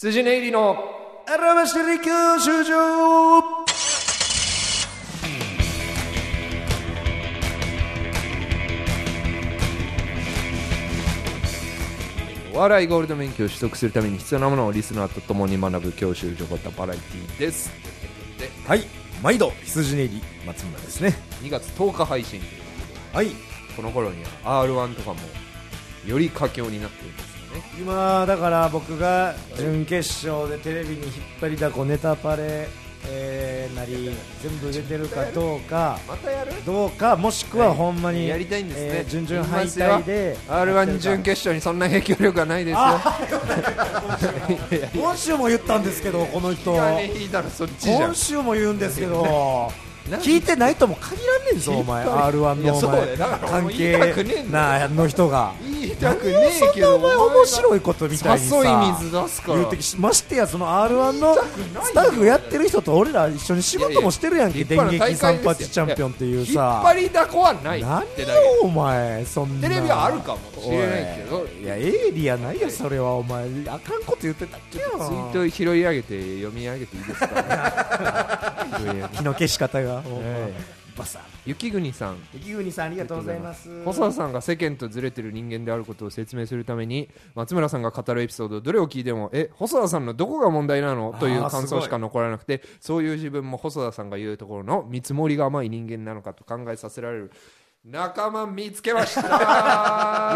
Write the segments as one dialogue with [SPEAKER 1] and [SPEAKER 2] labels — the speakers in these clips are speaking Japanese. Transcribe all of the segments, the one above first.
[SPEAKER 1] 羊ネイリの表しり教習所お笑いゴールド免許を取得するために必要なものをリスナーと共に学ぶ教習所型バラエティーですということで
[SPEAKER 2] はい毎度羊ネイリ松村ですね
[SPEAKER 1] 2月10日配信という
[SPEAKER 2] はい
[SPEAKER 1] ことでこの頃には r 1とかもより佳境になっていますよね
[SPEAKER 2] 今だから僕が準決勝でテレビに引っ張りだこネタパレ、えーなり全部出てるかどうか
[SPEAKER 1] またやる
[SPEAKER 2] どうかもしくはほんまに
[SPEAKER 1] やりたいんですね、
[SPEAKER 2] えー準々敗退で
[SPEAKER 1] r 1準決勝にそんな影響力はないですよ
[SPEAKER 2] 今週も言ったんですけどこの人
[SPEAKER 1] 金引いたらそっちじゃん
[SPEAKER 2] 今週も言うんですけど
[SPEAKER 1] なん
[SPEAKER 2] 聞いてないとも限らんねんぞお前 r 1
[SPEAKER 1] いや
[SPEAKER 2] のお
[SPEAKER 1] そうだよ
[SPEAKER 2] 前
[SPEAKER 1] だから
[SPEAKER 2] 関
[SPEAKER 1] 俺言いたくねえ
[SPEAKER 2] 係
[SPEAKER 1] んだよ
[SPEAKER 2] なあの人が
[SPEAKER 1] 言いたくねえ
[SPEAKER 2] そん
[SPEAKER 1] け
[SPEAKER 2] な
[SPEAKER 1] ど
[SPEAKER 2] お前面白いことみたいにさ
[SPEAKER 1] 誘い水出すから
[SPEAKER 2] 言うてきしましてやその r 1のスタッフやってる人と俺ら一緒に仕事もしてるやんけ
[SPEAKER 1] 立派
[SPEAKER 2] 電
[SPEAKER 1] な大会
[SPEAKER 2] 撃三
[SPEAKER 1] ですよ
[SPEAKER 2] 八チャンピオンっていう
[SPEAKER 1] 引っ張
[SPEAKER 2] さ
[SPEAKER 1] りだこはない
[SPEAKER 2] 何
[SPEAKER 1] ってだ
[SPEAKER 2] よお前そん
[SPEAKER 1] け
[SPEAKER 2] な
[SPEAKER 1] テレビはあるかもしれないけど
[SPEAKER 2] おいいやエイリアないよそれはお前あかんこと言ってたっけ
[SPEAKER 1] ツイー
[SPEAKER 2] よ
[SPEAKER 1] ト拾い上げて読み上げていいです か 上上げて
[SPEAKER 2] 気の消し方がお前
[SPEAKER 1] え
[SPEAKER 2] バサッ
[SPEAKER 1] 雪国さん
[SPEAKER 2] 雪国さんありがとうございます
[SPEAKER 1] 細田さんが世間とずれてる人間であることを説明するために松村さんが語るエピソードどれを聞いてもえ細田さんのどこが問題なのという
[SPEAKER 2] あー
[SPEAKER 1] 感
[SPEAKER 2] すご
[SPEAKER 1] 想
[SPEAKER 2] い
[SPEAKER 1] しか残らなくてそういう自分も細田さんが言うところの見積もりが甘い人間なのかと考えさせられる仲間見つけましたよ
[SPEAKER 2] よ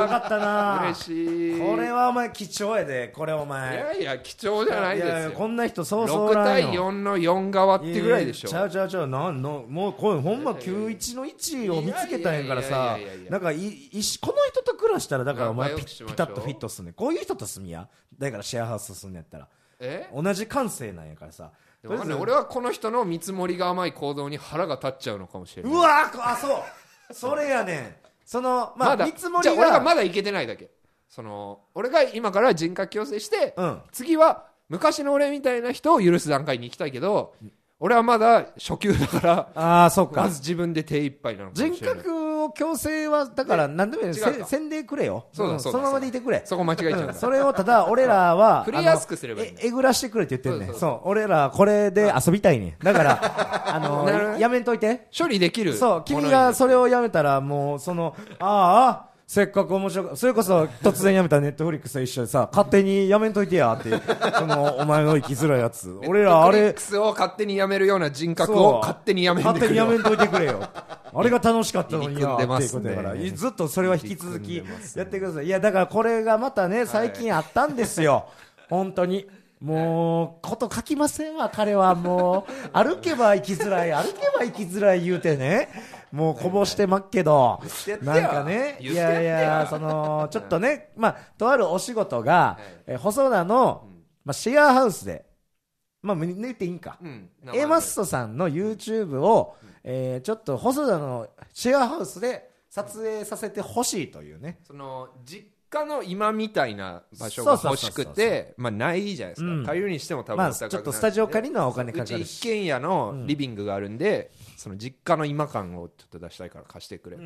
[SPEAKER 2] かったな
[SPEAKER 1] 嬉しい
[SPEAKER 2] これはお前貴重やでこれお
[SPEAKER 1] い
[SPEAKER 2] 前
[SPEAKER 1] やいや貴重じゃない
[SPEAKER 2] いや
[SPEAKER 1] です
[SPEAKER 2] やこ
[SPEAKER 1] よ
[SPEAKER 2] んな人そうそうお
[SPEAKER 1] 6
[SPEAKER 2] ら
[SPEAKER 1] 対
[SPEAKER 2] んよ
[SPEAKER 1] 4の4側ってぐらいでし
[SPEAKER 2] やや
[SPEAKER 1] ょ
[SPEAKER 2] ちゃうちゃうちゃうなんのもうこれほんま91の1を見つけたんやから
[SPEAKER 1] いや
[SPEAKER 2] さ
[SPEAKER 1] いやいやいやいや
[SPEAKER 2] なんかいいしこの人と暮らしたらだからお前
[SPEAKER 1] 仲
[SPEAKER 2] ピ
[SPEAKER 1] 良くしましょう
[SPEAKER 2] ピタッとフィットすんねんこういう人と住みやだからシェアハウス住んねやったら
[SPEAKER 1] え
[SPEAKER 2] 同じ感性なんやからさ
[SPEAKER 1] でもわかんない俺はこの人の見積もりが甘い行動に腹が立っちゃうのかもしれないう
[SPEAKER 2] わーこあそうそれやねんそのまあ
[SPEAKER 1] まだ
[SPEAKER 2] 見積も
[SPEAKER 1] じゃあ
[SPEAKER 2] り
[SPEAKER 1] 俺が
[SPEAKER 2] が
[SPEAKER 1] まだいけてないだけその俺が今から人格矯正して、
[SPEAKER 2] うん
[SPEAKER 1] 次は昔の俺みたいな人を許す段階に行きたいけど、俺はまだ初級だから
[SPEAKER 2] ああそっ
[SPEAKER 1] ま
[SPEAKER 2] か
[SPEAKER 1] ず自分で手一杯なのかも
[SPEAKER 2] 人
[SPEAKER 1] しれない
[SPEAKER 2] 格を強制はだから何でもいい
[SPEAKER 1] 違うか
[SPEAKER 2] せ宣伝くれよ
[SPEAKER 1] そうだ
[SPEAKER 2] ん
[SPEAKER 1] そうだ
[SPEAKER 2] そのままでいてくれ
[SPEAKER 1] そこ間違えちゃうんだ
[SPEAKER 2] それをただ俺らは
[SPEAKER 1] 触れやすくすればいいん
[SPEAKER 2] あ
[SPEAKER 1] だ
[SPEAKER 2] のええぐらしてくれって言ってんね
[SPEAKER 1] そ
[SPEAKER 2] ん
[SPEAKER 1] う
[SPEAKER 2] そう俺らこれで遊びたいねんだか らあ
[SPEAKER 1] なるほど
[SPEAKER 2] の
[SPEAKER 1] ね
[SPEAKER 2] やめんといて
[SPEAKER 1] 処理できる
[SPEAKER 2] そう君がそれをやめたらもうそのああせっかく面白くそれこそ突然やめたネットフリックスと一緒でさ勝手にやめんといてやってそのお前の生きづらいやつ俺ら
[SPEAKER 1] ネット
[SPEAKER 2] あ
[SPEAKER 1] フリッ
[SPEAKER 2] れ
[SPEAKER 1] クスを勝手にやめるような人格
[SPEAKER 2] そう
[SPEAKER 1] を勝手にやめん
[SPEAKER 2] 勝
[SPEAKER 1] で
[SPEAKER 2] 手
[SPEAKER 1] く
[SPEAKER 2] に
[SPEAKER 1] れ
[SPEAKER 2] や
[SPEAKER 1] よ
[SPEAKER 2] めんといてくれ よあれが楽しかったの
[SPEAKER 1] 入
[SPEAKER 2] に
[SPEAKER 1] り組
[SPEAKER 2] よ
[SPEAKER 1] んでますね
[SPEAKER 2] っていうことだからずっとそれは引き続き
[SPEAKER 1] 入り組んでますね
[SPEAKER 2] やってくださいいやだからこれがまたね最近あったんですよ、本当にもうこと書きませんわ彼はもう歩けば行きづらい歩けば行きづらい言うてねもうこぼしてまっけど
[SPEAKER 1] てやってよ
[SPEAKER 2] なんかね
[SPEAKER 1] 言
[SPEAKER 2] い
[SPEAKER 1] ってやってよ
[SPEAKER 2] やいやそのちょっとねまあとあるお仕事がえ細田のまあシェアハウスでまあ言っていいんか
[SPEAKER 1] うん名前
[SPEAKER 2] A マストさんの YouTube を、えーちょっと細田のシェアハウスで撮影させてほしいというね。
[SPEAKER 1] その実家の今みたいな場所が欲しく
[SPEAKER 2] そうそうそう
[SPEAKER 1] てまあないじゃないですか、
[SPEAKER 2] うん
[SPEAKER 1] 借りるにしても多分
[SPEAKER 2] まあ、
[SPEAKER 1] お
[SPEAKER 2] ち
[SPEAKER 1] 高くな
[SPEAKER 2] ょっ
[SPEAKER 1] るんで
[SPEAKER 2] とスタジオ借りるのはお金
[SPEAKER 1] う
[SPEAKER 2] か
[SPEAKER 1] ち
[SPEAKER 2] かる
[SPEAKER 1] 一
[SPEAKER 2] し。
[SPEAKER 1] 軒家のリビングがあるんで、その実家の今感をちょっと出したいから貸してくれと、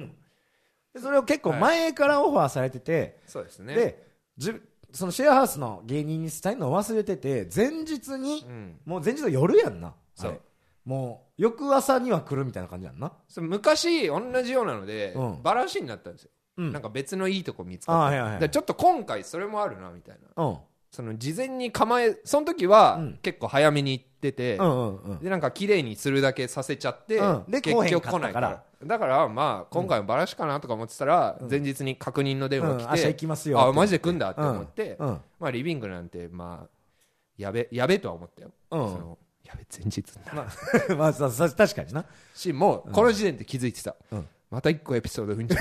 [SPEAKER 2] でそれを結構前からオファーされてて、
[SPEAKER 1] そうですね、
[SPEAKER 2] で、じゅそのシェアハウスの芸人に伝えるのを忘れてて、前日に
[SPEAKER 1] う、ん、
[SPEAKER 2] もう前日の夜やんな。
[SPEAKER 1] そう
[SPEAKER 2] あれもう、翌朝には来るみたいな感じやんな。
[SPEAKER 1] それ昔同じようなので、
[SPEAKER 2] うん
[SPEAKER 1] バラシになったんですよ、
[SPEAKER 2] うん
[SPEAKER 1] なんか別のいいとこ見つ
[SPEAKER 2] あ
[SPEAKER 1] かっ
[SPEAKER 2] はい
[SPEAKER 1] て、
[SPEAKER 2] はいはい
[SPEAKER 1] だからちょっと今回それもあるなみたいな
[SPEAKER 2] うん。
[SPEAKER 1] その事前に構えその時は
[SPEAKER 2] うん
[SPEAKER 1] 結構早めに行ってて、
[SPEAKER 2] うんうんうん。
[SPEAKER 1] でなんか綺麗にするだけさせちゃって、
[SPEAKER 2] うんで
[SPEAKER 1] 結局
[SPEAKER 2] 来おへ
[SPEAKER 1] 来ない
[SPEAKER 2] んかった
[SPEAKER 1] か
[SPEAKER 2] から
[SPEAKER 1] らだからまあ今回もバラシかなとか思ってたら、前日に確認の電話来て、
[SPEAKER 2] うん明日行きますよ
[SPEAKER 1] あマジで来んだって思って、
[SPEAKER 2] うんうん
[SPEAKER 1] まあ、リビングなんてまあやべやべとは思ったよ、
[SPEAKER 2] うん
[SPEAKER 1] そのやべ前日になる、
[SPEAKER 2] まあ、ささ確かにな。
[SPEAKER 1] しもうこの時点で気づいてた、
[SPEAKER 2] うん
[SPEAKER 1] また一個エピソード踏んじゃ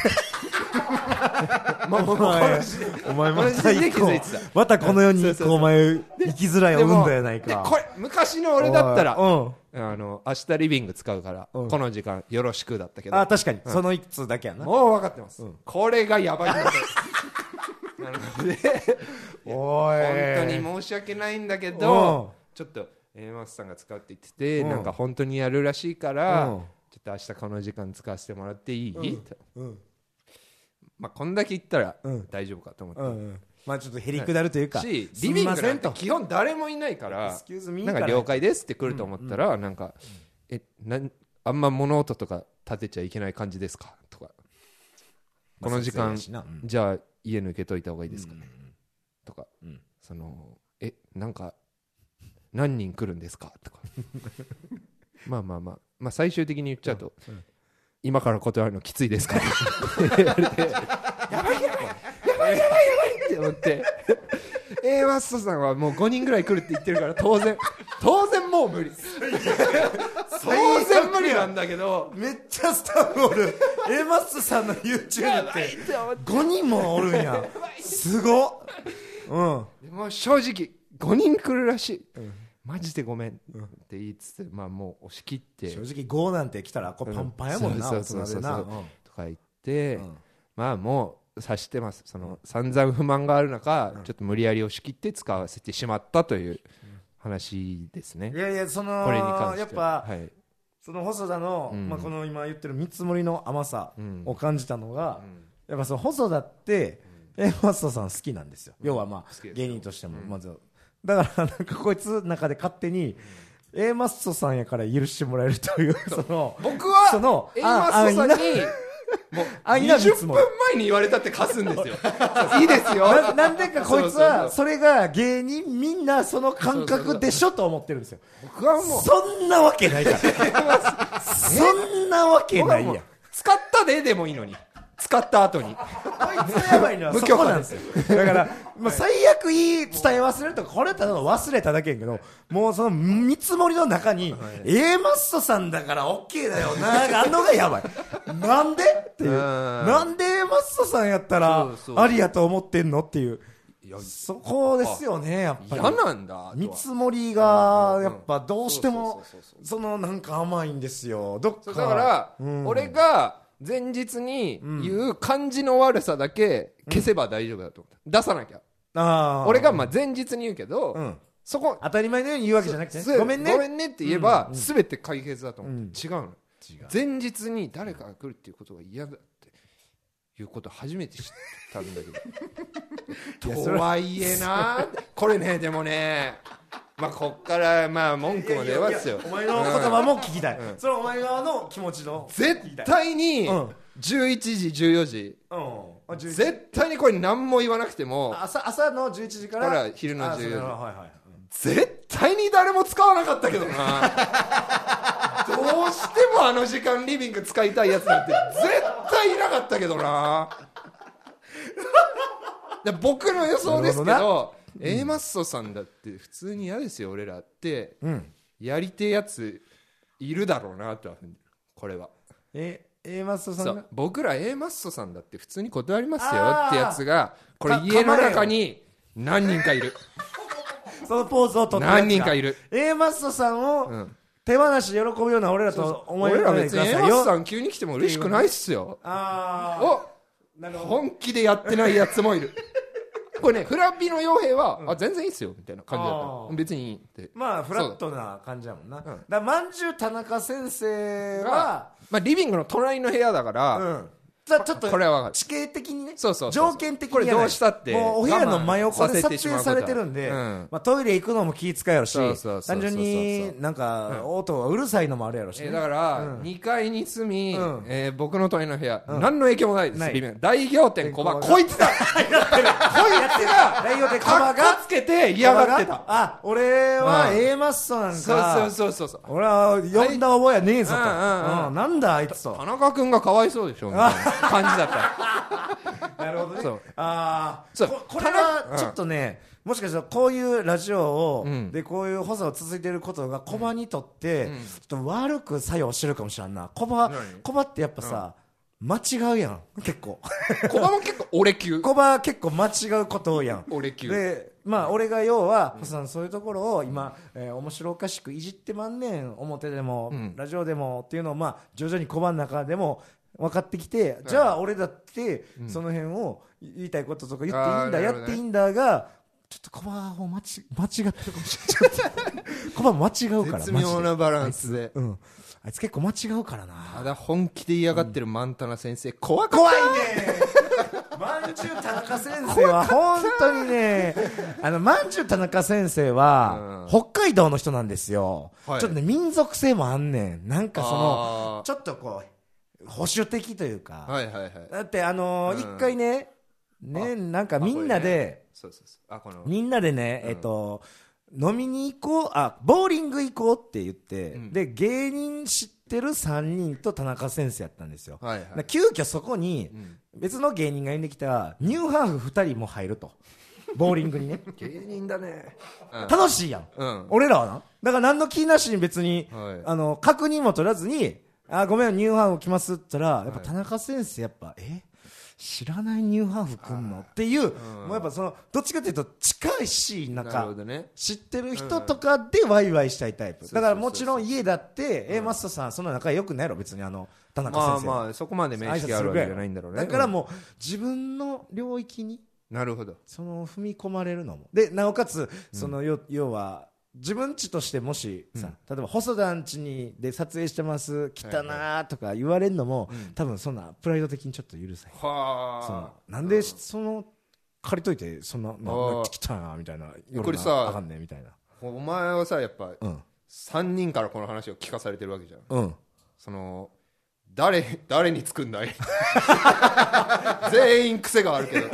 [SPEAKER 1] ったもうもう
[SPEAKER 2] お前お前また
[SPEAKER 1] 俺
[SPEAKER 2] 一
[SPEAKER 1] 気
[SPEAKER 2] 個
[SPEAKER 1] づいてた
[SPEAKER 2] またこの世に一個お前生きづらいを
[SPEAKER 1] で
[SPEAKER 2] 生ん
[SPEAKER 1] も
[SPEAKER 2] だやない
[SPEAKER 1] で
[SPEAKER 2] か
[SPEAKER 1] これ昔の俺だったら
[SPEAKER 2] おいうん
[SPEAKER 1] あの明日リビング使うから、
[SPEAKER 2] うん
[SPEAKER 1] この時間よろしくだったけど
[SPEAKER 2] あ確かにその一つだけやな
[SPEAKER 1] もう分かってます、これがやばい んだとなので
[SPEAKER 2] おい
[SPEAKER 1] 本当に申し訳ないんだけ
[SPEAKER 2] うん
[SPEAKER 1] どちょっと A マスさんが使うって言ってて、
[SPEAKER 2] うん
[SPEAKER 1] なんか本当にやるらしいから、
[SPEAKER 2] うん
[SPEAKER 1] ちょっと明日この時間使わせてもらっていい、と
[SPEAKER 2] うん
[SPEAKER 1] まあ、こんだけ言ったら
[SPEAKER 2] うん
[SPEAKER 1] 大丈夫かと思って、
[SPEAKER 2] うんうんまあちょっとへりくだるというか、
[SPEAKER 1] し
[SPEAKER 2] す
[SPEAKER 1] リ
[SPEAKER 2] み
[SPEAKER 1] ビン
[SPEAKER 2] ま
[SPEAKER 1] グ
[SPEAKER 2] せ
[SPEAKER 1] なん
[SPEAKER 2] ん
[SPEAKER 1] て
[SPEAKER 2] と。
[SPEAKER 1] 基本誰もいないか
[SPEAKER 2] e
[SPEAKER 1] ら
[SPEAKER 2] x c u s
[SPEAKER 1] なんか了解ですって来ると思ったらなんかえなんあんま物音とか立てちゃいけない感じですかとかこの時間じゃあ家抜けといた方がいいですかねとか
[SPEAKER 2] うん
[SPEAKER 1] そのえなんか何人来るんですか とかまあまあまあまあ最終的に言っちゃうと今から断るのきついですかって言われてやばいやばいやばいやばいって思って A マッソさんはもう5人ぐらい来るって言ってるから当然当然もう無理当然無理なんだけど
[SPEAKER 2] めっちゃスタッフお る A マッソさんの YouTube って5人もおるんやすごっうん
[SPEAKER 1] もう正直5人来るらしい、マジでごめんって言いつつまあもう押し切って
[SPEAKER 2] 正直5なんて来たらこれパンパンやもんな
[SPEAKER 1] そ
[SPEAKER 2] 大
[SPEAKER 1] うそう
[SPEAKER 2] 人
[SPEAKER 1] そうそう
[SPEAKER 2] でな
[SPEAKER 1] とか言って、
[SPEAKER 2] うん
[SPEAKER 1] まあもう察してますその散々不満がある中、ちょっと無理やり押し切って使わせてしまったという話ですね、
[SPEAKER 2] いやいやその
[SPEAKER 1] これに関して
[SPEAKER 2] やっぱ
[SPEAKER 1] はい
[SPEAKER 2] その細田の、
[SPEAKER 1] うん
[SPEAKER 2] まあ、この今言ってる見積もりの甘さ
[SPEAKER 1] うん
[SPEAKER 2] を感じたのが、
[SPEAKER 1] ん
[SPEAKER 2] やっぱその細田って、えマストさん好きなんですよ、要はま
[SPEAKER 1] 好き
[SPEAKER 2] あ
[SPEAKER 1] ですよ
[SPEAKER 2] 芸人としてもまず、だからなんかこいつの中で勝手に、A マストさんやから許してもらえるというその
[SPEAKER 1] 僕は
[SPEAKER 2] その
[SPEAKER 1] A マストさんに
[SPEAKER 2] あ
[SPEAKER 1] もう
[SPEAKER 2] 安易な見積
[SPEAKER 1] 20
[SPEAKER 2] も
[SPEAKER 1] 分
[SPEAKER 2] り
[SPEAKER 1] 前に言われたって貸すんですよいいですよ
[SPEAKER 2] ななんでかこいつは
[SPEAKER 1] そう
[SPEAKER 2] それが芸人みんなその感覚でしょと思ってるんですよ
[SPEAKER 1] そうそう僕はもう
[SPEAKER 2] そんなわけないから そんなわけ
[SPEAKER 1] 僕
[SPEAKER 2] な
[SPEAKER 1] はい
[SPEAKER 2] や
[SPEAKER 1] も
[SPEAKER 2] ん
[SPEAKER 1] う使ったででもいいのに使った後に
[SPEAKER 2] こいつやばいのは
[SPEAKER 1] 無
[SPEAKER 2] そ
[SPEAKER 1] 許
[SPEAKER 2] こ
[SPEAKER 1] 可
[SPEAKER 2] なん
[SPEAKER 1] で
[SPEAKER 2] ですよだから、まあ、最悪いい伝え忘れるとかこれただの忘れただけやけどもうその見積もりの中に、A マストさんだから OK だよながあんのがやばいなんでっていう
[SPEAKER 1] うん
[SPEAKER 2] なんで A マストさんやったら
[SPEAKER 1] そうそう
[SPEAKER 2] ありやと思ってんのっていう
[SPEAKER 1] いや
[SPEAKER 2] そこですよねやっぱり
[SPEAKER 1] 嫌なんだあとは
[SPEAKER 2] 見積もりがやっぱどうして
[SPEAKER 1] う
[SPEAKER 2] も
[SPEAKER 1] んそうそうそう
[SPEAKER 2] そのなんか甘いんですよどっ
[SPEAKER 1] そ
[SPEAKER 2] か
[SPEAKER 1] うだから、
[SPEAKER 2] うん
[SPEAKER 1] 俺が前日に言う感じの悪さだけ消せば大丈夫だと思った、出さなきゃ
[SPEAKER 2] あー
[SPEAKER 1] 俺がまあ前日に言うけど、
[SPEAKER 2] うん
[SPEAKER 1] そこ
[SPEAKER 2] 当たり前のように言うわけじゃなくてね
[SPEAKER 1] そう
[SPEAKER 2] ごめんね
[SPEAKER 1] ごめんねって言えば、全て解決だと思う、
[SPEAKER 2] うん
[SPEAKER 1] 違うの前日に誰かが来るっていうことが嫌だっていうこと初めて知ったんだけ
[SPEAKER 2] い
[SPEAKER 1] ど
[SPEAKER 2] や
[SPEAKER 1] と
[SPEAKER 2] それ
[SPEAKER 1] はいえなこれねでもねまあこっからまあ文句も出ますよ
[SPEAKER 2] いやいやお前の言葉も聞きたい、それはお前側の気持ちの
[SPEAKER 1] 絶対に
[SPEAKER 2] うん
[SPEAKER 1] 11時14時
[SPEAKER 2] うんあ11
[SPEAKER 1] 絶対にこれ何も言わなくても
[SPEAKER 2] 朝朝の11時から
[SPEAKER 1] から昼の14
[SPEAKER 2] あ
[SPEAKER 1] 時
[SPEAKER 2] それははいはいうん
[SPEAKER 1] 絶対に誰も使わなかったけど などうしてもあの時間リビング使いたいやつなんて絶対いなかったけどなで僕の予想ですけ
[SPEAKER 2] なる
[SPEAKER 1] ど A マッソさんだって普通に嫌ですよ俺らって、
[SPEAKER 2] ん
[SPEAKER 1] やりてえやついるだろうなとはこれは
[SPEAKER 2] え A マストさ
[SPEAKER 1] そ
[SPEAKER 2] んが
[SPEAKER 1] う僕ら A マッソさんだって普通に断りますよ
[SPEAKER 2] あー
[SPEAKER 1] ってやつがこれ
[SPEAKER 2] か
[SPEAKER 1] 家の中に何人かいる
[SPEAKER 2] そのポーズを取って
[SPEAKER 1] 何人かいる
[SPEAKER 2] A マストさんを、
[SPEAKER 1] ん
[SPEAKER 2] 手放しで喜ぶような俺らと思い
[SPEAKER 1] 俺ら
[SPEAKER 2] 浮かべ
[SPEAKER 1] 別
[SPEAKER 2] てく
[SPEAKER 1] に
[SPEAKER 2] だ
[SPEAKER 1] A マ
[SPEAKER 2] さ
[SPEAKER 1] ッ
[SPEAKER 2] い
[SPEAKER 1] ソ
[SPEAKER 2] よ
[SPEAKER 1] さん急に来ても嬉しくないっすよ
[SPEAKER 2] あ
[SPEAKER 1] お本気でやってないやつもいる これねフラッピーの傭兵は、あ全然いいっすよみたいな感じだ
[SPEAKER 2] あ
[SPEAKER 1] っ
[SPEAKER 2] ー
[SPEAKER 1] た別にいいって
[SPEAKER 2] あまあフラットな感じやもんな、だからまんじゅう田中先生は
[SPEAKER 1] が、まあ、リビングの隣の部屋だから、
[SPEAKER 2] うんじゃあちょっと
[SPEAKER 1] これはわかる
[SPEAKER 2] 地形的にね
[SPEAKER 1] そうそうそう
[SPEAKER 2] 条件的に
[SPEAKER 1] これ
[SPEAKER 2] やらな
[SPEAKER 1] ど
[SPEAKER 2] い
[SPEAKER 1] うしたって
[SPEAKER 2] もうお部屋の真横で
[SPEAKER 1] 我慢さ
[SPEAKER 2] 撮
[SPEAKER 1] せて
[SPEAKER 2] 影
[SPEAKER 1] しまうこと
[SPEAKER 2] されてるんで、
[SPEAKER 1] うん
[SPEAKER 2] まあ、トイレ行くのも気遣うやろし
[SPEAKER 1] そうそうそうそう
[SPEAKER 2] 単純になんか音がうるさいのもあるやろし、ね
[SPEAKER 1] えーだから、2階に住み、
[SPEAKER 2] うん
[SPEAKER 1] えー僕の隣の部屋、何の影響もないです
[SPEAKER 2] ない
[SPEAKER 1] リビング大仰天小バ
[SPEAKER 2] 小バ
[SPEAKER 1] こいつだこいつが
[SPEAKER 2] ライオンでカ
[SPEAKER 1] か
[SPEAKER 2] バ
[SPEAKER 1] っ
[SPEAKER 2] ーが
[SPEAKER 1] こつけて嫌がって
[SPEAKER 2] カ
[SPEAKER 1] た
[SPEAKER 2] バーがあ俺は
[SPEAKER 1] うん
[SPEAKER 2] A マッソなんか
[SPEAKER 1] そうそうそうそう
[SPEAKER 2] 俺は呼んだ覚えはねえぞと、
[SPEAKER 1] はいうんうんうん
[SPEAKER 2] うんなんだあいつと
[SPEAKER 1] 田中君がかわいそうでしょみたいな感じだった
[SPEAKER 2] なるほどね
[SPEAKER 1] そう
[SPEAKER 2] あ
[SPEAKER 1] そ
[SPEAKER 2] あ
[SPEAKER 1] う
[SPEAKER 2] ここれはちょっとね、もしかしたらこういうラジオを、
[SPEAKER 1] うん
[SPEAKER 2] でこういう放送が続いていることがコバにとって、
[SPEAKER 1] ん
[SPEAKER 2] ちょっと悪く作用してるかもしれんなコバ
[SPEAKER 1] 何
[SPEAKER 2] コバってやっぱさ、間違うやん結構
[SPEAKER 1] 小バも結構俺級
[SPEAKER 2] コバ結構間違うこと多いやん
[SPEAKER 1] 俺級
[SPEAKER 2] でまあ俺が要は、細野そういうところを今、えー面白おかしくいじってまんねん表でも、
[SPEAKER 1] うん
[SPEAKER 2] ラジオでもっていうのを、まあ、徐々に小判の中でも分かってきて、じゃあ俺だって、その辺を言いたいこととか言ってい
[SPEAKER 1] あ
[SPEAKER 2] いんだ、
[SPEAKER 1] ーな
[SPEAKER 2] や
[SPEAKER 1] るほどね
[SPEAKER 2] っていいんだがちょっと小判を間違間違ってるかもしれない 小判間違うから
[SPEAKER 1] 絶
[SPEAKER 2] マジ
[SPEAKER 1] 妙
[SPEAKER 2] で、
[SPEAKER 1] なバランスで
[SPEAKER 2] うん、あいつ結構間違うからな
[SPEAKER 1] ただ本気で嫌がってるマンタナ先生怖かっ
[SPEAKER 2] 怖いねまんじゅう田中先生は本当にね、あの、まんじゅう田中先生は、
[SPEAKER 1] う
[SPEAKER 2] 北海道の人なんですよ、
[SPEAKER 1] はい
[SPEAKER 2] ちょっとね、民族性もあんねん。なんかそ
[SPEAKER 1] あー
[SPEAKER 2] の、ちょっとこう、保守的というか。
[SPEAKER 1] はいはいはい
[SPEAKER 2] だってあのー、一、
[SPEAKER 1] うん
[SPEAKER 2] 回ね、ね、
[SPEAKER 1] あ
[SPEAKER 2] なんかみんなで、
[SPEAKER 1] そうそうそうあこの
[SPEAKER 2] みんなでね、
[SPEAKER 1] うん
[SPEAKER 2] えっ、と、飲みに行こう、あ、ボーリング行こうって言って、
[SPEAKER 1] うん
[SPEAKER 2] で、芸人知ってる3人と田中先生やったんですよ。
[SPEAKER 1] はいは、
[SPEAKER 2] ない急遽そこに
[SPEAKER 1] うん
[SPEAKER 2] 別の芸人が呼んできたニューハーフ2人も入ると。ボーリングにね。
[SPEAKER 1] 芸人だね
[SPEAKER 2] 楽しいやん。
[SPEAKER 1] うん
[SPEAKER 2] 俺らはな。だから何の気なしに別に、
[SPEAKER 1] はい
[SPEAKER 2] あの、確認も取らずに、あ、ごめん、ニューハーフ来ますって言ったら、やっぱ
[SPEAKER 1] はい
[SPEAKER 2] 田中先生、やっぱ、え知らないニューハーフ来んのっていう、もうやっぱその、どっちかっていうと近いし、なん
[SPEAKER 1] なる
[SPEAKER 2] か
[SPEAKER 1] ほ、どね
[SPEAKER 2] 知ってる人とかでワイワイしたいタイプ。
[SPEAKER 1] そう
[SPEAKER 2] だからもちろん
[SPEAKER 1] そう
[SPEAKER 2] 家だって、え、マスターさん、そんな仲良くないやろ、別にあの、田中
[SPEAKER 1] まあ
[SPEAKER 2] 先生。
[SPEAKER 1] まあそこまで面識あるわけじゃないんだろうね
[SPEAKER 2] だから
[SPEAKER 1] うん
[SPEAKER 2] もう、自分の領域に、
[SPEAKER 1] なるほど
[SPEAKER 2] その踏み込まれるのもでなおかつその、よ要は自分家としてもしさ、例えば細田ん家にで撮影してます来たなーとか言われるのも、多分そんなプライド的にちょっと許せないその
[SPEAKER 1] はあ
[SPEAKER 2] なんでその借りといてそんなな
[SPEAKER 1] あー
[SPEAKER 2] 来たなみたいな
[SPEAKER 1] これさ
[SPEAKER 2] 夜なあかんねみたいな
[SPEAKER 1] お前はさやっぱ
[SPEAKER 2] うん
[SPEAKER 1] 3人からこの話を聞かされてるわけじゃん
[SPEAKER 2] うん
[SPEAKER 1] その誰誰につくんだい 全員癖があるけど